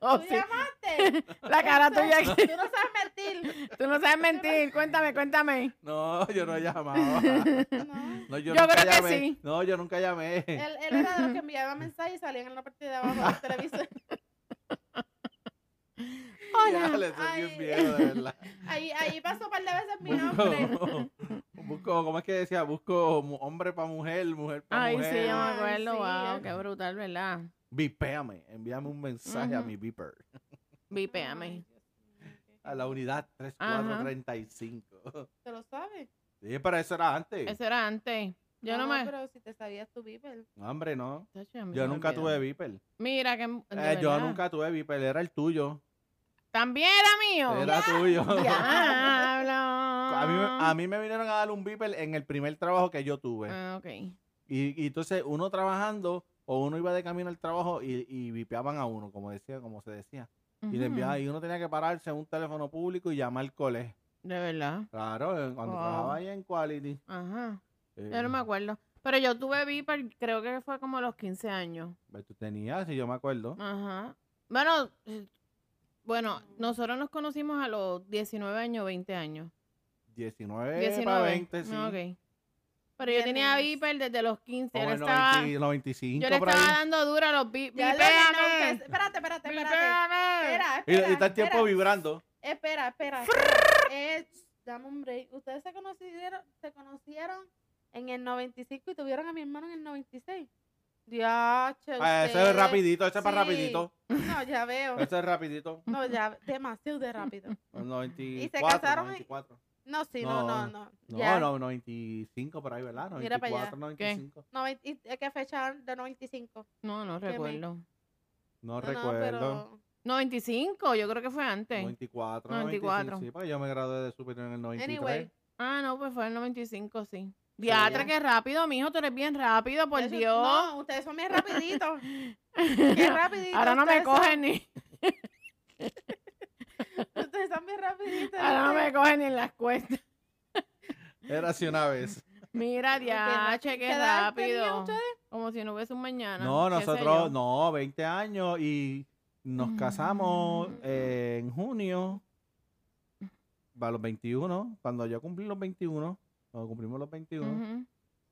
Speaker 4: Oh,
Speaker 3: tú
Speaker 4: sí.
Speaker 3: llamaste.
Speaker 4: (laughs) La
Speaker 3: (laughs)
Speaker 4: cara
Speaker 3: Tú
Speaker 4: tuya.
Speaker 3: sabes-
Speaker 4: (laughs)
Speaker 3: Pues Tú no sabes mentir.
Speaker 4: Tú no sabes mentir. Cuéntame, cuéntame.
Speaker 2: No, yo no
Speaker 4: (laughs)
Speaker 2: llamaba.
Speaker 3: No.
Speaker 2: No, yo,
Speaker 4: Yo
Speaker 2: nunca
Speaker 4: creo que
Speaker 2: llamé.
Speaker 4: sí. Eh,
Speaker 2: No, yo nunca llamé.
Speaker 3: Él, él era de los que enviaba mensajes y salían en la parte de abajo del
Speaker 4: (laughs)
Speaker 3: televisor.
Speaker 2: (laughs) Ya,
Speaker 4: Hola.
Speaker 2: le soy bien
Speaker 3: Ay.
Speaker 2: viejo, de verdad.
Speaker 4: (laughs)
Speaker 3: Ahí, ahí pasó un par de veces mi nombre.
Speaker 2: Busco, busco, (laughs) ¿cómo es que decía? Busco mu- hombre para mujer, mujer para
Speaker 4: Ay, sí,
Speaker 2: mujer.
Speaker 4: yo me
Speaker 3: Ay,
Speaker 4: acuerdo.
Speaker 3: sí,
Speaker 4: wow,
Speaker 3: eh.
Speaker 4: qué brutal, ¿verdad?
Speaker 2: Vipéame, envíame un mensaje a
Speaker 4: Ujú.
Speaker 2: mi beeper.
Speaker 4: Vipéame.
Speaker 2: A la unidad 3435.
Speaker 3: ¿Te lo sabes?
Speaker 2: (laughs) Sí, pero eso era antes.
Speaker 4: Eso era antes. Yo no, me.
Speaker 3: Pero si te sabías tu Bibel.
Speaker 2: No, hombre, no.
Speaker 4: Tacho, a mí se
Speaker 2: Yo
Speaker 4: me
Speaker 2: nunca
Speaker 4: olvidó.
Speaker 2: tuve beeper.
Speaker 4: Mira, que. de
Speaker 2: Eh, yo
Speaker 4: verdad.
Speaker 2: nunca tuve beeper, era el tuyo.
Speaker 4: También era mío.
Speaker 2: Era tuyo.
Speaker 4: (laughs) Diablo.
Speaker 2: A mí, me- a mí me vinieron a dar un beeper en el primer trabajo que yo tuve.
Speaker 4: Ah, ok.
Speaker 2: Y, y entonces uno trabajando o uno iba de camino al trabajo y, y vipeaban a uno, como decía, como se decía. Y le enviaban, y uno tenía que pararse en un teléfono público y llamar al colegio.
Speaker 4: De verdad.
Speaker 2: Claro, en- cuando
Speaker 4: Wow.
Speaker 2: trabajaba ahí en Quality.
Speaker 4: Ajá.
Speaker 2: eh,
Speaker 4: Yo no me acuerdo. Pero yo tuve Viper, creo que fue como a los 15 años.
Speaker 2: pues tú tenías, si yo me acuerdo.
Speaker 4: Ah. Ajá. Bueno, eh, bueno, nosotros nos conocimos a los 19 años, 20 años.
Speaker 2: 19,
Speaker 4: 19.
Speaker 2: para 20, sí.
Speaker 4: Ah, ok. Pero yo tenía
Speaker 3: Tienes-
Speaker 4: Viper desde los 15. Él
Speaker 2: Como en
Speaker 4: estaba-
Speaker 2: 90, 95,
Speaker 4: yo le
Speaker 2: por
Speaker 4: estaba
Speaker 2: ahí.
Speaker 4: dando dura a los vi-
Speaker 3: Ya lo
Speaker 4: ¡Vipéame!
Speaker 3: que no te- Espérate, espérate, espérate.
Speaker 4: ¡Vipéame!
Speaker 3: Espera,
Speaker 2: Y,
Speaker 3: espera.
Speaker 2: y está el tiempo
Speaker 3: espera.
Speaker 2: vibrando.
Speaker 3: Espera, espera. Eh, dame un break. Ustedes se conocieron, se conocieron en el 95 y tuvieron a mi hermano en el 96. Diache.
Speaker 2: Ah, eso es
Speaker 3: ustedes.
Speaker 2: rapidito, eso es para
Speaker 3: Sí.
Speaker 2: rapidito.
Speaker 3: No, ya veo.
Speaker 2: Eso es rapidito.
Speaker 4: (laughs)
Speaker 3: No, ya, demasiado de rápido.
Speaker 2: En 94,
Speaker 3: casaron en-
Speaker 2: 94.
Speaker 3: No, sí, no, no, no.
Speaker 2: No,
Speaker 3: ya.
Speaker 2: no, 95 por ahí, ¿verdad?
Speaker 3: Mira para
Speaker 2: 94,
Speaker 3: allá.
Speaker 2: 95.
Speaker 3: Noven- ¿y de ¿Qué fecha de 95?
Speaker 4: No, no
Speaker 3: me-
Speaker 4: recuerdo.
Speaker 2: No,
Speaker 3: No,
Speaker 2: recuerdo.
Speaker 3: No,
Speaker 4: 95, yo creo que fue antes.
Speaker 2: 94,
Speaker 4: 94.
Speaker 2: 95, sí, porque yo me gradué de superior en el 93.
Speaker 3: Anyway.
Speaker 4: Ah, no, pues fue el 95, sí. Diatra, qué rápido, mijo, tú eres bien rápido, por
Speaker 3: pero-
Speaker 4: Dios.
Speaker 3: No, ustedes son bien rapiditos. Qué
Speaker 4: (laughs)
Speaker 3: rapidito.
Speaker 4: Ahora no me
Speaker 3: ustedes son-
Speaker 4: cogen ni,
Speaker 3: (laughs) Ustedes son bien rapiditos.
Speaker 4: ahora no me
Speaker 3: ustedes.
Speaker 4: cogen ni en las
Speaker 3: (laughs)
Speaker 4: cuestas.
Speaker 2: Era así una vez.
Speaker 4: Mira, diache,
Speaker 3: ¿Qué
Speaker 4: qué
Speaker 3: edad tenían
Speaker 4: rápido.
Speaker 3: ustedes?
Speaker 4: Como si no hubiese un mañana.
Speaker 2: No,
Speaker 4: qué sé yo.
Speaker 2: nosotros, no, 20 años y nos casamos
Speaker 4: Mm.
Speaker 2: eh, en junio para los 21, cuando yo cumplí los 21, cuando cumplimos los 21,
Speaker 4: Ujú,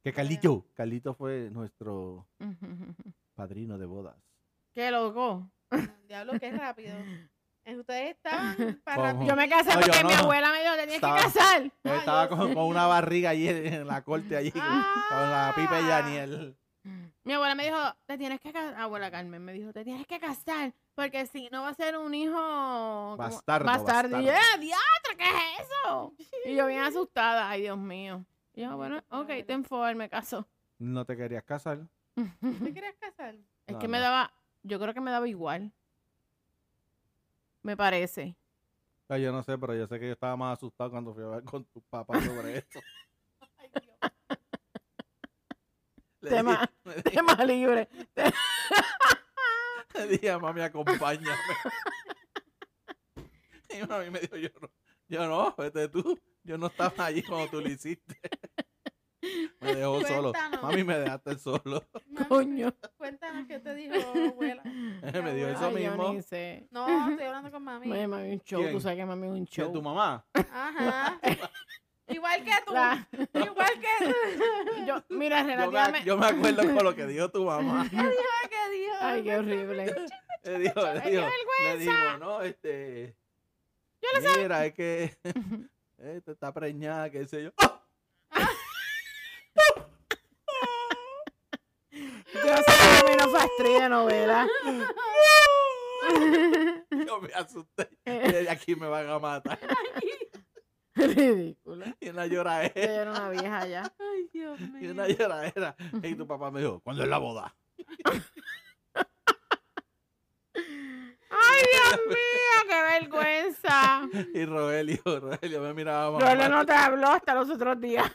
Speaker 2: que Carlito, Carlito fue nuestro
Speaker 4: ujú, ujú.
Speaker 2: padrino de bodas.
Speaker 4: Qué loco.
Speaker 3: Diablo, qué rápido. Eh, Ustedes
Speaker 4: (laughs)
Speaker 3: estaban para
Speaker 2: Como-
Speaker 4: Yo me casé
Speaker 2: No, yo
Speaker 4: porque mi
Speaker 2: no.
Speaker 4: abuela me dijo, tenías
Speaker 2: Estaba-
Speaker 4: que casar.
Speaker 2: Él
Speaker 3: Ah,
Speaker 2: estaba
Speaker 3: yo
Speaker 2: con, con una barriga allí en, en la corte allí, (laughs) con- con la pipa y
Speaker 3: Ah.
Speaker 2: Daniel.
Speaker 4: Mi abuela me dijo, te tienes que casar. Abuela Carmen me dijo, te tienes que casar. Porque si no va a ser un hijo. como-
Speaker 2: Bastardo, bastardo.
Speaker 4: Bastardo. Y ella, diatra, ¿qué es eso? Y yo bien asustada. Ay, Dios mío. Y yo, bueno, ok, te informe, me caso. (laughs)
Speaker 2: No te querías casar.
Speaker 3: ¿Te querías casar?
Speaker 4: Es
Speaker 2: No,
Speaker 4: que me
Speaker 2: no.
Speaker 4: daba, yo creo que me daba igual. Me parece.
Speaker 2: (laughs) O sea, Ah, yo no sé, pero yo sé que yo estaba
Speaker 3: (laughs)
Speaker 2: más asustado cuando fui a hablar con tu papá sobre eso.
Speaker 3: Ay, Dios.
Speaker 2: Le dije-
Speaker 4: Tema,
Speaker 2: le dije-
Speaker 4: tema libre.
Speaker 2: Le dije a mami,
Speaker 3: (laughs)
Speaker 2: acompáñame. Y mami me dijo, yo no, yo no, vete tú. Yo no estaba allí cuando tú lo hiciste. Me dejó solo.
Speaker 3: Cuéntanos.
Speaker 2: Mami, me dejaste solo. (laughs)
Speaker 3: Mami,
Speaker 4: (laughs) Coño.
Speaker 3: Cuéntanos qué te dijo abuela.
Speaker 2: me dijo eso
Speaker 4: Ay, yo
Speaker 2: mismo.
Speaker 4: ni sé.
Speaker 3: No, estoy hablando con mami.
Speaker 4: Mami, mami, un show.
Speaker 2: ¿Quién?
Speaker 4: Tú sabes que mami es un
Speaker 2: ¿Que
Speaker 4: show.
Speaker 2: tu mamá?
Speaker 3: (laughs) Ajá. Igual que tú.
Speaker 4: La- (laughs)
Speaker 3: (laughs) Igual que tú.
Speaker 4: yo, mira,
Speaker 2: Yo me, ac-
Speaker 4: relativamente.
Speaker 2: yo me acuerdo con lo que dijo tu
Speaker 3: (laughs)
Speaker 2: mamá.
Speaker 3: Ay, que Dios.
Speaker 4: Ay, qué horrible.
Speaker 2: Le dijo, le
Speaker 4: ¡Qué
Speaker 2: dijo, le dijo, no, este. Yo le Mira, es
Speaker 4: (laughs)
Speaker 2: que esta está preñada, qué sé yo. (laughs) ¡Ah!
Speaker 4: Yo sé que mami no fue actriz de (laughs) novela.
Speaker 2: Yo me asusté. Y aquí me van a matar.
Speaker 4: Ridícula.
Speaker 2: Y una llora
Speaker 4: Yo era una vieja ya.
Speaker 3: Ay, Dios mío.
Speaker 2: Y una lloradera. Y tu papá me dijo, ¿cuándo es la boda?
Speaker 4: Ay, Dios mío, qué vergüenza.
Speaker 2: Y Rogelio, Rogelio me miraba mamá.
Speaker 4: Rolo no te habló hasta los otros días.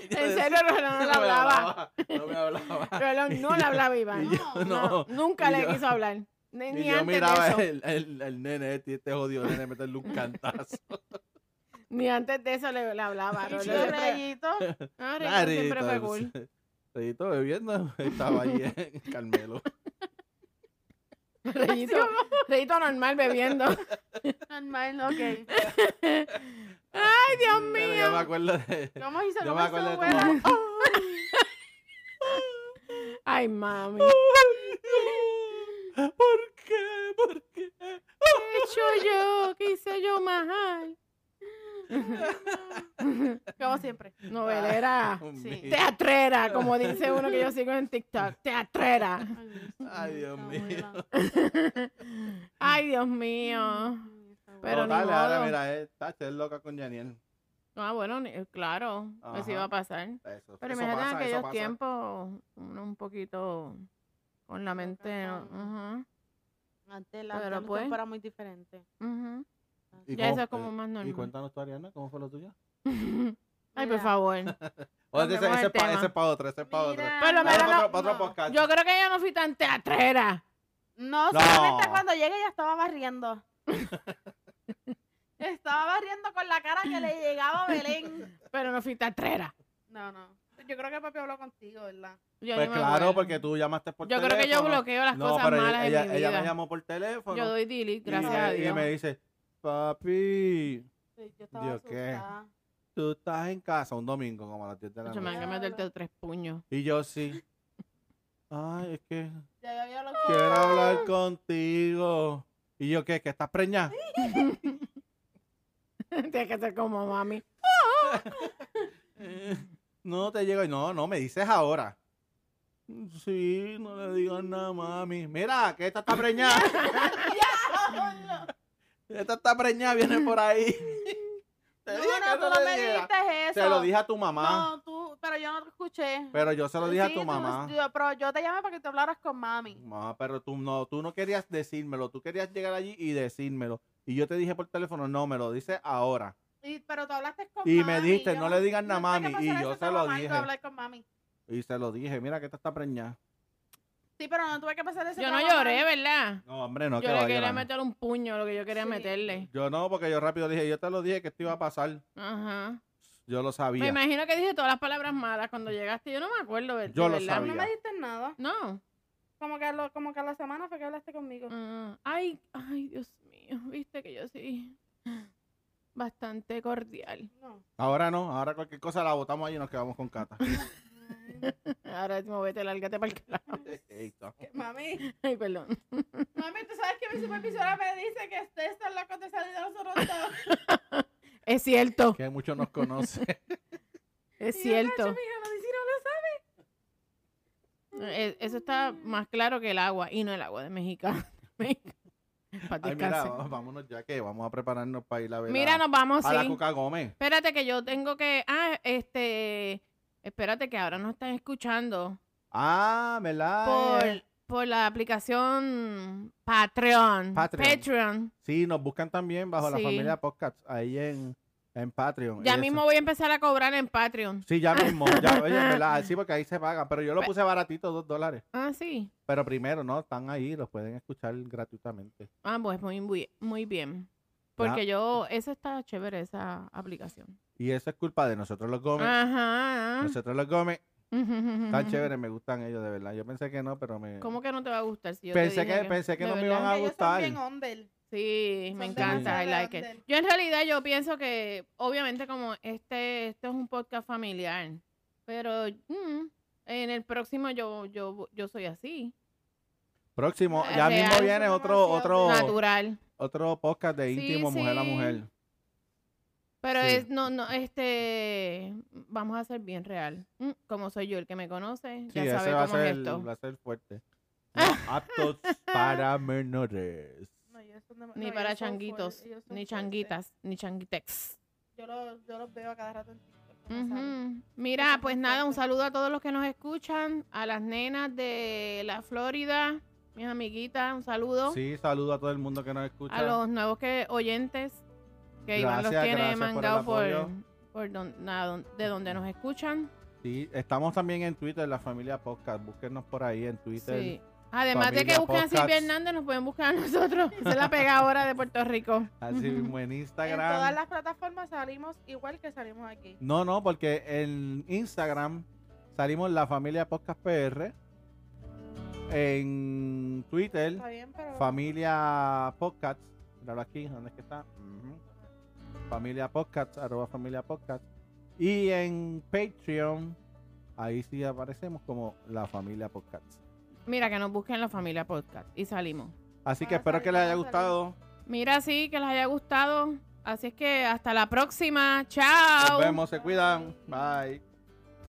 Speaker 2: Y yo
Speaker 4: En
Speaker 2: decía,
Speaker 4: serio, Rolo no le
Speaker 2: me
Speaker 4: hablaba.
Speaker 2: No me
Speaker 4: (laughs)
Speaker 2: hablaba.
Speaker 4: Rolo no le hablaba a
Speaker 2: (laughs)
Speaker 4: Iván.
Speaker 2: Y yo,
Speaker 4: No,
Speaker 2: no.
Speaker 4: nunca
Speaker 2: y
Speaker 4: le
Speaker 2: yo-
Speaker 4: quiso hablar. Ni,
Speaker 2: Y
Speaker 4: ni
Speaker 2: yo
Speaker 4: antes de
Speaker 2: miraba
Speaker 4: eso.
Speaker 2: el, el, el nene este, este jodido nene, meterle un cantazo.
Speaker 4: Ni antes de eso le, le hablaba. Rolo
Speaker 3: Y
Speaker 2: yo-
Speaker 3: yo,
Speaker 4: siempre,
Speaker 3: Rayito,
Speaker 4: no, Rolo
Speaker 2: Nah,
Speaker 4: siempre fue
Speaker 2: Reyito,
Speaker 4: cool.
Speaker 2: pues, Reyito bebiendo estaba ahí en Carmelo.
Speaker 4: (laughs) Reyito, Reyito normal bebiendo.
Speaker 3: normal, ok.
Speaker 4: Ay,
Speaker 2: Pero yo
Speaker 4: Dios
Speaker 2: me
Speaker 4: mío.
Speaker 2: acuerdo
Speaker 4: (laughs)
Speaker 2: de.
Speaker 3: ¿Cómo hizo?
Speaker 2: Yo
Speaker 3: ¿Cómo
Speaker 2: me
Speaker 3: hizo
Speaker 2: acuerdo de tu
Speaker 3: abuela?
Speaker 2: mamá.
Speaker 4: Ay, mami.
Speaker 2: Ay, ¿Por qué? ¿Por qué?
Speaker 4: ¿Qué he hecho yo? ¿Qué hice yo mal?
Speaker 3: Como siempre.
Speaker 2: (laughs)
Speaker 4: Novelera.
Speaker 2: Dios
Speaker 3: Sí.
Speaker 2: mío.
Speaker 4: Teatrera, como dice uno que yo sigo en TikTok. Teatrera. (laughs)
Speaker 2: (laughs) Ay, Dios mío.
Speaker 4: Ay, Dios mío. Pero ni
Speaker 2: Total, ahora
Speaker 4: modo.
Speaker 2: mira, eh, Tacho es loca con Janiel.
Speaker 4: Ah, bueno, ni- claro, eso
Speaker 2: Ajá.
Speaker 4: iba a pasar.
Speaker 2: Eso,
Speaker 4: Pero
Speaker 2: eso
Speaker 4: imagínate
Speaker 2: pasa,
Speaker 4: en
Speaker 2: eso
Speaker 4: aquellos
Speaker 2: pasa.
Speaker 4: tiempos, uno un poquito con la mente.
Speaker 3: Loca,
Speaker 4: Ajá,
Speaker 3: Antes
Speaker 4: Pero,
Speaker 3: Ah, la antes nos
Speaker 4: pues.
Speaker 3: era muy diferente.
Speaker 4: ajá.
Speaker 2: ¿Y
Speaker 4: Ya
Speaker 2: cómo-
Speaker 4: eso es como más
Speaker 2: Y
Speaker 4: normal.
Speaker 2: cuéntanos tú, Ariana, ¿cómo fue lo tuyo?
Speaker 4: (laughs) Ay, por
Speaker 3: Mira,
Speaker 4: favor.
Speaker 2: O ese,
Speaker 4: Cambiamos
Speaker 2: ese
Speaker 4: el
Speaker 2: es para
Speaker 4: tema.
Speaker 2: ese pa otro, ese es para otro.
Speaker 3: mira,
Speaker 4: Por lo
Speaker 3: no,
Speaker 4: menos
Speaker 2: Ahora
Speaker 4: no-
Speaker 2: pa' otro- pa' otro
Speaker 3: no.
Speaker 2: podcast.
Speaker 4: Yo creo que yo no fui tan teatrera.
Speaker 3: No,
Speaker 2: No.
Speaker 3: solamente cuando llegué ya estaba barriendo. (laughs) estaba barriendo con la cara que le llegaba a (laughs) Belén.
Speaker 4: Pero no fui teatrera.
Speaker 3: No, no. Yo creo que papi habló contigo, ¿verdad?
Speaker 4: Yo
Speaker 2: Pues
Speaker 4: ni me
Speaker 2: claro,
Speaker 4: acuerdo.
Speaker 2: porque tú llamaste por
Speaker 4: Yo
Speaker 2: teléfono.
Speaker 4: creo que yo bloqueo las
Speaker 2: no,
Speaker 4: cosas
Speaker 2: pero ella-
Speaker 4: malas
Speaker 2: ella,
Speaker 4: en mi
Speaker 2: ella
Speaker 4: vida.
Speaker 2: me llamó por teléfono.
Speaker 4: yo doy delete, gracias
Speaker 2: y,
Speaker 4: a
Speaker 2: me-
Speaker 4: Dios.
Speaker 2: Y me dice, papi,
Speaker 3: Sí, Yo estaba
Speaker 2: Dios, ¿qué?
Speaker 3: asustada.
Speaker 2: tú estás en casa un domingo como a las 10 de la
Speaker 4: Yo me
Speaker 2: noche.
Speaker 4: han
Speaker 3: manga.
Speaker 4: cambiado el dedo tres
Speaker 2: (laughs)
Speaker 4: puños.
Speaker 2: Y yo sí. Ay, es que
Speaker 3: Ya yo había
Speaker 2: quiero
Speaker 3: hablado
Speaker 2: hablar contigo. Y yo, ¿qué? ¿Que estás preñada?
Speaker 4: Tienes que ser como mami.
Speaker 2: No te llego. Y no, no, me dices ahora. Sí, no le digas nada, mami. Mira, que esta está
Speaker 3: (laughs)
Speaker 2: preñada.
Speaker 3: con...
Speaker 2: Esta está preñada, viene por ahí. Te
Speaker 3: No,
Speaker 2: dije que
Speaker 3: no, tú
Speaker 2: no
Speaker 3: no
Speaker 2: le
Speaker 3: me
Speaker 2: diera.
Speaker 3: dijiste eso.
Speaker 2: Se lo dije a tu mamá.
Speaker 3: No, tú, pero yo no te escuché.
Speaker 2: Pero yo se lo dije
Speaker 3: Sí,
Speaker 2: a tu
Speaker 3: tú-
Speaker 2: mamá.
Speaker 3: yo- pero yo te llamé para que te hablaras con mami.
Speaker 2: No, pero tú no, tú no querías decírmelo, tú querías llegar allí y decírmelo. Y yo te dije por teléfono, no, me lo dices ahora.
Speaker 3: Y, pero tú hablaste con
Speaker 2: Y
Speaker 3: mami.
Speaker 2: me dijiste,
Speaker 3: yo
Speaker 2: no le digas nada a
Speaker 3: sé
Speaker 2: mami,
Speaker 3: qué
Speaker 2: y
Speaker 3: pasó en
Speaker 2: yo
Speaker 3: ese
Speaker 2: se lo
Speaker 3: tema, y tú
Speaker 2: dije.
Speaker 3: hablar con mami.
Speaker 2: Y se lo dije, mira que esta está preñada.
Speaker 3: Sí, pero no tuve que pasar ese
Speaker 4: Yo no
Speaker 3: trauma,
Speaker 4: lloré,
Speaker 3: mami.
Speaker 4: ¿verdad?
Speaker 2: No, hombre, no, que
Speaker 4: yo
Speaker 2: va
Speaker 4: le
Speaker 2: a
Speaker 4: quería
Speaker 2: llorar.
Speaker 4: meter un puño, lo que yo quería
Speaker 3: Sí.
Speaker 4: meterle.
Speaker 2: Yo no, porque yo rápido dije, yo te lo dije que esto iba a pasar.
Speaker 4: Ajá.
Speaker 2: Yo lo
Speaker 4: Me
Speaker 2: sabía.
Speaker 4: imagino que dije todas las palabras malas cuando llegaste. Yo no me acuerdo, ¿verdad?
Speaker 2: Yo lo
Speaker 4: ¿verdad?
Speaker 2: sabía.
Speaker 3: No me dijiste nada.
Speaker 4: No.
Speaker 3: Como que, a lo- como que a la semana fue que hablaste conmigo.
Speaker 4: Ah, ay, ay, Dios mío. Viste que yo soy bastante
Speaker 2: (laughs)
Speaker 4: cordial.
Speaker 3: No.
Speaker 2: Ahora no, ahora cualquier cosa la botamos allí y nos quedamos con (laughs) Cata.
Speaker 4: Ahora mismo vete, lárgate para el carajo.
Speaker 2: Esto.
Speaker 3: mami,
Speaker 4: Ay, perdón.
Speaker 3: mami, tú sabes que mi supervisora me dice que ustedes están locos de salir de nosotros dos.
Speaker 4: Es cierto,
Speaker 2: que muchos nos
Speaker 4: (laughs)
Speaker 2: conocen.
Speaker 4: es
Speaker 3: Y yo,
Speaker 4: cierto.
Speaker 3: "Nacho, mija, no, si no lo sabes".
Speaker 4: Eh, Eso está más claro que el agua, y no el agua de México. (laughs) Para
Speaker 2: Ay, mira,
Speaker 4: descansar.
Speaker 2: va- vámonos ya que vamos a prepararnos para ir a ver
Speaker 4: Mira,
Speaker 2: a,
Speaker 4: nos vamos
Speaker 2: a la
Speaker 4: sin.
Speaker 2: Cuca Gómez.
Speaker 4: Espérate que yo tengo que. Ah, este. Espérate que ahora nos están escuchando
Speaker 2: Ah, ¿verdad?
Speaker 4: por, por la aplicación Patreon.
Speaker 2: Patreon.
Speaker 4: Patreon.
Speaker 2: Sí, nos buscan también bajo la
Speaker 4: Sí.
Speaker 2: familia Podcast ahí en, en En Patreon.
Speaker 4: Ya
Speaker 2: eso.
Speaker 4: mismo voy a empezar a cobrar en Patreon.
Speaker 2: Sí, ya mismo. Ya, oye,
Speaker 4: (laughs)
Speaker 2: en verdad, sí, porque ahí se paga. Pero yo
Speaker 4: Pues
Speaker 2: lo puse baratito, dos dólares.
Speaker 4: Ah, sí.
Speaker 2: Pero primero, no, están ahí, los pueden escuchar gratuitamente.
Speaker 4: Ah, pues muy, bui- muy bien. Porque yo, esa está chévere, esa aplicación.
Speaker 2: Y eso es culpa de nosotros los Gómez.
Speaker 4: Ah. Ajá.
Speaker 2: Nosotros los Gómez, tan
Speaker 4: Tan
Speaker 2: chéveres, me gustan ellos, de verdad. Yo pensé que no, pero me...
Speaker 4: ¿Cómo que no te va a gustar? Si yo te
Speaker 2: Pensé
Speaker 4: dije
Speaker 2: que, pensé que
Speaker 4: de
Speaker 2: no me
Speaker 4: verdad.
Speaker 2: iban a
Speaker 3: Ellos
Speaker 2: gustar.
Speaker 3: son bien under.
Speaker 4: Sí, me
Speaker 3: Son
Speaker 4: encanta, I
Speaker 3: demasiado
Speaker 4: like it.
Speaker 3: grandes.
Speaker 4: Yo en realidad yo pienso que, obviamente como este, este es un podcast familiar, pero mm, en el próximo yo, yo, yo soy así,
Speaker 2: Próximo,
Speaker 4: Es
Speaker 2: ya mismo
Speaker 4: Eh, real.
Speaker 2: viene
Speaker 3: Son
Speaker 2: otro,
Speaker 3: demasiado
Speaker 2: otro,
Speaker 4: natural.
Speaker 2: otro podcast de
Speaker 4: Sí,
Speaker 2: íntimo mujer a
Speaker 4: sí.
Speaker 2: mujer.
Speaker 4: Pero
Speaker 2: Sí.
Speaker 4: es, no, no, este, vamos a ser bien real. Mm, como soy yo el que me conoce,
Speaker 2: Sí,
Speaker 4: ya
Speaker 2: ese
Speaker 4: sabe
Speaker 2: va a
Speaker 4: cómo es
Speaker 2: ser,
Speaker 4: esto.
Speaker 2: va a ser
Speaker 4: (laughs)
Speaker 2: fuerte. No aptos para menores.
Speaker 3: No, ellos son dem-
Speaker 4: Ni
Speaker 3: no,
Speaker 4: para
Speaker 3: ellos son full-
Speaker 4: changuitos,
Speaker 3: ellos son
Speaker 4: ni
Speaker 3: fuertes.
Speaker 4: changuitas, ni changuitex.
Speaker 3: Yo los, yo los veo a cada rato en TikTok. como salen.
Speaker 4: Ujú. Mira,
Speaker 3: Eso
Speaker 4: pues
Speaker 3: es
Speaker 4: nada, un
Speaker 3: fuerte.
Speaker 4: saludo a todos los que nos escuchan, a las nenas de la Florida, mis amiguitas, un saludo.
Speaker 2: Sí, saludo a todo el mundo que nos
Speaker 4: a
Speaker 2: escucha.
Speaker 4: los nuevos que oyentes, que Iván los
Speaker 2: Gracias,
Speaker 4: tiene
Speaker 2: gracias por el
Speaker 4: mangado por, por,
Speaker 2: apoyo.
Speaker 4: don- nada, don- de donde nos escuchan.
Speaker 2: Sí, estamos también en Twitter, la familia podcast. Búsquenos por ahí en Twitter.
Speaker 4: Sí. Además de que
Speaker 2: Familia
Speaker 4: busquen a Silvia
Speaker 2: Podcast.
Speaker 4: Hernández, nos pueden buscar a nosotros. (laughs) Esa es la pegadora de Puerto Rico.
Speaker 2: Así
Speaker 4: Ujú.
Speaker 2: mismo en
Speaker 3: En todas
Speaker 2: Instagram.
Speaker 3: las plataformas salimos igual que salimos aquí.
Speaker 2: No, no, porque en Instagram salimos la familia podcast PR. En Twitter,
Speaker 3: Está bien, pero.
Speaker 2: familia podcast. Míralo aquí, ¿dónde es que está? Ujú. Familia podcast, arroba familia podcast. Y en Patreon, ahí sí aparecemos como la familia podcast.
Speaker 4: Mira, que nos busquen la familia podcast y salimos.
Speaker 2: Así que espero
Speaker 3: Ahora
Speaker 2: que
Speaker 3: salimos,
Speaker 2: les haya
Speaker 3: ahora
Speaker 2: gustado.
Speaker 4: Mira, sí, que les haya gustado. Así es que hasta la próxima. Chao.
Speaker 2: Nos vemos, se cuidan. Bye.